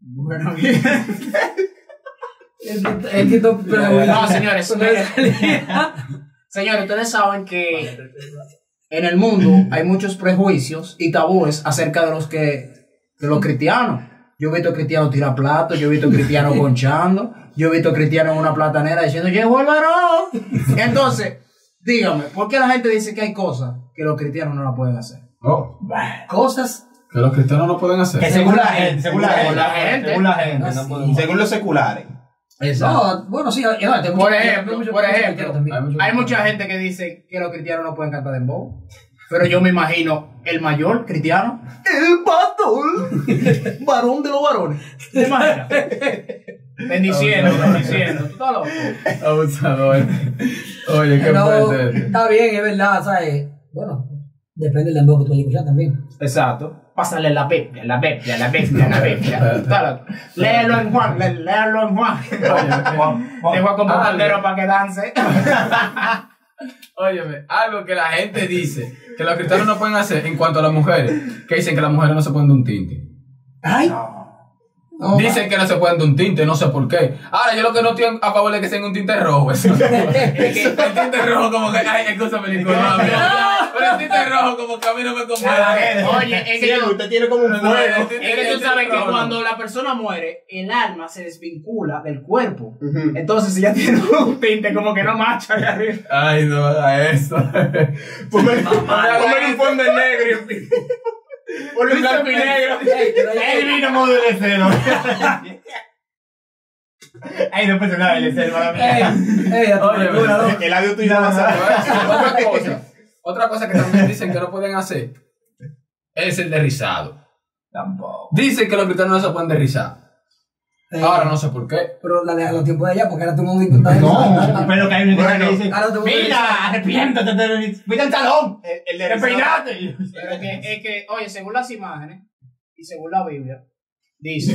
Bueno, bien. Es que, es que to- pero güey, No, señores, eh, eso no señores, es realidad. señores, ustedes saben que en el mundo hay muchos prejuicios y tabúes acerca de los que de los cristianos. Yo he visto cristianos tirar platos, yo he visto cristianos conchando, yo he visto cristianos en una platanera diciendo, llegó el varón. Entonces, dígame, ¿por qué la gente dice que hay cosas que los cristianos no la pueden hacer? Oh, Cosas que los cristianos no pueden hacer. Que según la gente, según la Según la gente, gente. según la gente, no podemos- Según los seculares. No, bueno, sí, hay- hay mucho- Por ejemplo, hay mucho- por mucho ejemplo, cristiano también. mucho- Hay mucha gente que dice que los cristianos no pueden cantar dembow, pero yo me imagino el mayor cristiano, el pastor, varón de los varones. ¿Te imaginas? Bendiciendo, bendiciendo. ¿Tú estás loco? Abusador. Oye, qué No, fuerte. está bien, es verdad, ¿sabes? Bueno, depende del dembow que tú vayas a escuchar también. Exacto. Pásale la Biblia, la Biblia, la Biblia, la Biblia. ¿Tú estás loco? Léelo en Juan, lé- léelo en Juan. Juan, Te Juan, voy a comprar un Ah, pandero para que dance. Óyeme, algo que la gente dice que los cristianos no pueden hacer en cuanto a las mujeres, que dicen que las mujeres no se pueden de un tinte. ¡Ay! Oh, No, Dicen que no se pueden de un tinte, no sé por qué. Ahora, yo lo que no estoy a favor es que sean un tinte rojo. Eso. Es que el tinte rojo, como que. Ay, escúchame, Nicolás. mira, Pero el tinte rojo, como que a mí no me conviene. Oye, es que yo- usted tiene como un fuego. Ah, Es que tú sabes que cuando la persona muere, el alma se desvincula del cuerpo. Entonces, si ya tiene un tinte, como que no macha allá arriba. Ay, no, a eso. Ponme ponme un fondo negro. Ponle blanco y negro. ey, que no haya- El vino modelo de cero. Ay, no pensé nada del cero, mala mía. ¡Ey! ¡Ey! a tu Oye, figura, ¿no? El audio tuyo va a ser. otra cosa, otra cosa que también dicen que no pueden hacer es el derrizado. Tampoco. Dicen que los cristianos no se pueden derrizar. Ey, Ahora no sé por qué. Pero la de a los tiempos de allá, porque ahora todo el mundo intenta No, pero que hay una Bueno, que dice: ahora te voy a Mira, arrepiéntate, te- fuiste al salón, El- El te derrizado. peinaste. Pero es que, es que, oye, según las imágenes y según la Biblia, dice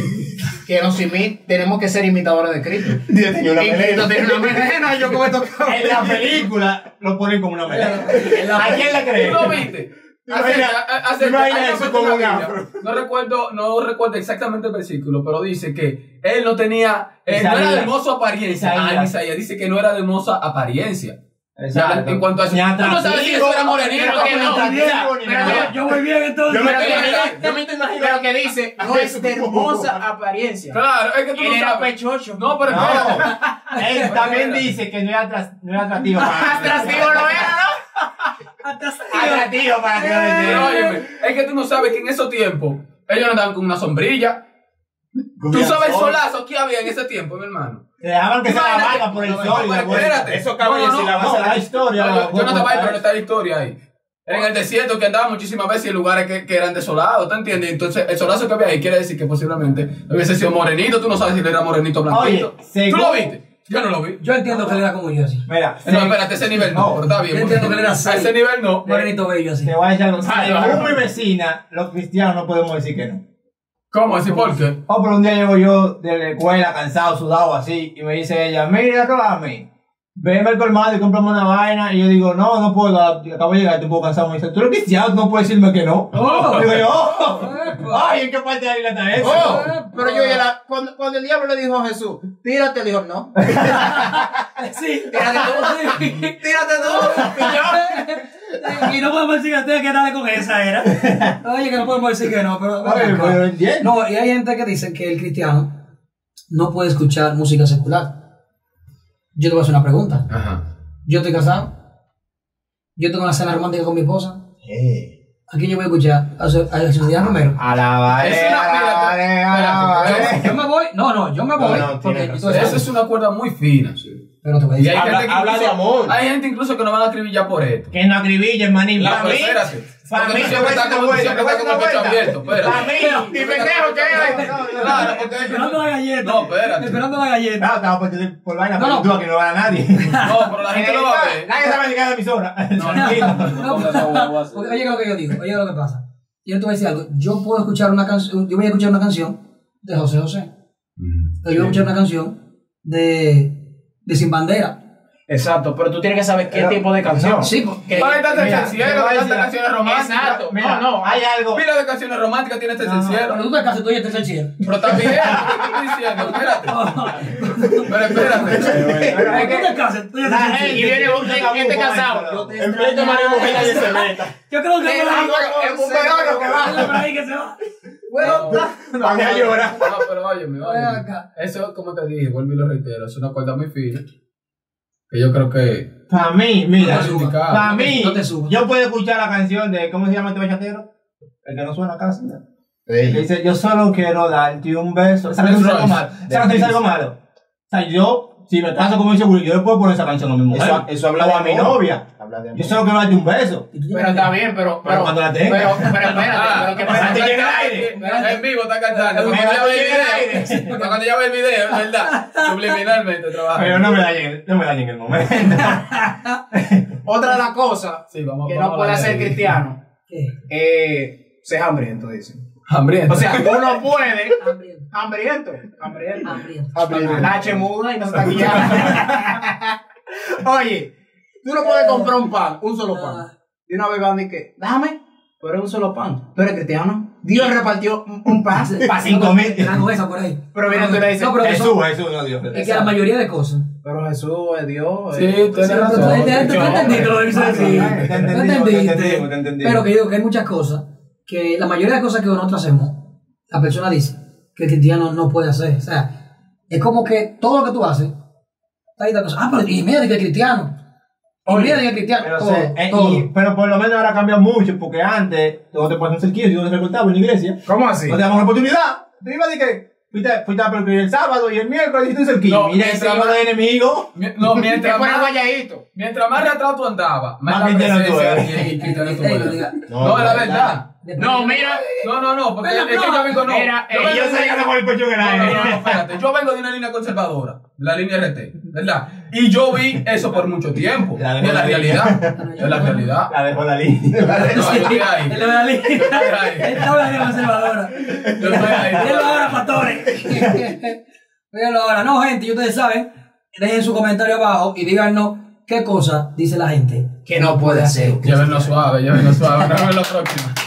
que nos imi- tenemos que ser imitadores de Cristo. Yo tenía una Y melena. Cristo tiene una melena, yo como esto. En la película lo ponen como una pelea. ¿A quién la ¿Tú crees? lo viste? Imagina- Acerca- a- acerca- imagina hay una eso parte como en la un Biblia, afro. No recuerdo, no recuerdo exactamente el versículo, pero dice que él no tenía, él no era Isaías. de hermosa apariencia. Isaías. Ah, Isaías dice que no era de hermosa apariencia. Exacto. En cuanto a eso, Ni tú no sabes si eso era morenito Pero que no, Ni mira, atractivo, ni pero nada. yo- voy bien entonces. Yo me pero estoy que- imaginando- yo me estoy Pero imaginando. que dice, no es de hermosa apariencia. Claro, es que tú Él no era sabes. pechocho. No, pero espérate. No, él también dice que no era atras- no era atractivo para Atractivo no era, ¿no? Atractivo para Pero que óyeme, es que tú no sabes que en esos tiempos ellos no andaban con una sombrilla. Tú Mira, sabes el sol. solazo que había en ese tiempo, mi hermano. Te dejaban que se la Imagínate- valga por el No, sol. y la pero vuelta. espérate. Eso cabrón, No, no, si la no, vas No, a la historia. Yo, la- yo no te voy a ir, pero no la- está la historia ahí. En el desierto que andaban muchísimas veces y en lugares que, que eran desolados, ¿te entiendes? Entonces, el solazo que había ahí quiere decir que posiblemente hubiese sido morenito. Tú no sabes si él era morenito o blanquito. Oye, según- ¿Tú lo viste? Yo no lo vi. Yo entiendo que él era como yo así. Mira, No, se- espérate, ese nivel no, No, pero está bien. yo porque- entiendo que él era a seis. ese nivel no. Morenito bello así. te voy a echar un Ah, Ay, Según va. mi vecina, los cristianos no podemos decir que no. ¿Cómo? ¿Así por qué? O por un día llego yo de la escuela, cansado, sudado, así, y me dice ella, mira, Rami, venme al colmado y cómprame una vaina. Y yo digo, no, no puedo, acabo de llegar, estoy un poco cansado. Me dice, tú eres cristiano, tú no puedes decirme que no. Digo yo, "Oh". ay, ¿en qué parte de la isla está eso? Oh, pero yo ya la, cuando, cuando el diablo le dijo a Jesús, tírate, dijo, no. Sí. Tírate tú, Sí. tírate tú, pichón. Y no podemos decir que ustedes que dale con esa era. Oye, que no podemos decir que no, pero. Oye, pero yo entiendo. No, y hay gente que dice que el cristiano no puede escuchar música secular. Yo te voy a hacer una pregunta. Ajá. Yo estoy casado. Yo tengo una cena romántica con mi esposa. Eh. ¿A quién yo voy a escuchar? A su- A Ciudad Romero. A la vale, Es una- a la mira, vale, a la espérate, vale. Yo me voy. No, no, yo me voy. No, no, porque tienes tú Esa estás- es una cuerda muy fina. Pero te voy a Y decir. hay Habla- gente que habla de amor. Hay gente incluso que no van a acribillar por esto. Que no acribille, hermanito. La pues, Para mí, espérate. para mí, Porque tú te voy siempre a decir estás una con tú vuelta, siempre te voy estás con el a decir una pecho vuelta. abierto. Para Espérate. mí, ni pendejo que es. No, no, no. Claro, porque- la galleta. No, espérate. Esperando la galleta. No, estaba por, por vaina, No, pero no. tú a que no va a nadie. No, pero la gente lo va a ver. Nadie sabe llegar a la emisora. No, Tranquilo. No, porque oye lo que yo digo, oye lo que pasa. Yo te voy a decir algo. Yo puedo escuchar una canción, yo voy a escuchar una canción de José José. Yo voy a escuchar una canción de, de Sin Bandera. Exacto, pero tú tienes que saber qué Pero- tipo de canción. Sí, po- Que- Para estas mira, tercero, te voy a tantas decir- canciones románticas. Exacto. Mira, no, no. hay algo. Pila de canciones románticas tiene este Cuando tercero. tú te casas, tú ya te sencillo. Pero también, ¿qué estoy diciendo? Espérate. Pero espérate. Pero es Cuando tú que- te casas, tú ya Ah, te eh, sencillo. y viene un gente casado. Yo En vez de María Mujer nadie se meta. Yo creo que Te digo que es un verano que va. Dale por ahí que se va. Van a llorar. No, pero óyeme, Ven óyeme. acá. Eso, como te dije, vuelvo y lo reitero, es una cuerda muy fina. Que yo creo que. Para mí, mira. no es indicada. Para te- mí, no te subas. yo puedo escuchar la canción de. ¿Cómo se llama este bachatero? El que no suena casi. ¿no? Que dice, yo solo quiero darte un beso. Esa canción es algo Royce. malo. Esa canción es algo malo. O sea, yo, si me caso como dice Willy, yo le puedo poner esa canción a mi mujer. Eso, eso habla o de a mi amor. novia. Habla de amor. Yo solo quiero darte un beso. Pero está bien, pero. Pero cuando la tenga. Pero, pero espérate, pero ¿qué pasa? Cuando en llega el aire. En vivo está cantando. Cuando Me va ya a ve llegar el el video. Cuando cuando ya ve el video, es verdad. Subliminalmente trabaja. Pero no me dañen, no me dañen el momento. Otra de las cosas Sí, vamos, que vamos no a puede hablar de- hacer cristiano ¿Qué? eh, ser hambriento, dicen. Hambriento. O sea, uno puede. Hambriento. Hambriento. Hambriento. Hambriento. Abril. La H muda y no se está guiando. Oye, tú no puedes comprar un pan, un solo pan. Y una vez van y que, dame, pero es un solo pan. Tú eres cristiano. Dios repartió un un pan para cinco mil. mil. Una cabeza por ahí. Pero mira, tú le dices, No, pero que son- Jesús, Jesús, no Dios. Es que la mayoría de cosas. Pero Jesús es Dios. Sí, eh. tienes Pero tú- tú- tú- razón. tú- tú entendiste lo que Ah, quise decir. Te Tú entendimos, te entendimos, te entendiste. entendimos. Pero que digo que hay muchas cosas que la mayoría de cosas que nosotros hacemos, la persona dice que el cristiano no puede hacer. O sea, es como que todo lo que tú haces, está ahí la cosa. Ah, pero y mira de que el cristiano. Y mira de que el cristiano. Pero, Todo, sé, eh, todo. y- pero por lo menos ahora cambiado mucho, porque antes tú no te podías hacer cerquillo, tú no te recortabas en la iglesia. ¿Cómo así? No te damos la oportunidad. Te iba a decir que fuiste, fuiste a percutir el sábado y el miércoles hiciste un cerquillo. No, Mira, ese mientras iba más- de enemigo. Mi- No, Te mientras pones más, guayadito. mientras más retrato andaba, más, Más la cristiano tú presencia eres. de- y cristiano tú Ey, eras. no diga- No, es la verdad. Después- No, mira. No, no, no, porque Pero, es que no, yo vengo no. mira, eh, vengo yo de sé una- que no con el pecho en el No, no, no, no, aire. espérate. Yo vengo de una línea conservadora, la línea RT, ¿verdad? Y yo vi eso por mucho tiempo. Y La es la realidad. no, yo Es la no. realidad. La dejó la línea. No, yo estoy ahí. Él es la línea. Yo estoy ahí. Él habla de conservadora. Yo estoy ahí. Míralo ahora, pastores. Míralo ahora. No, gente, y ustedes saben, dejen su comentario abajo y díganos qué cosa dice la gente Que no puede hacer. Llévenlo suave, llévenlo suave. Nos vemos en la próxima.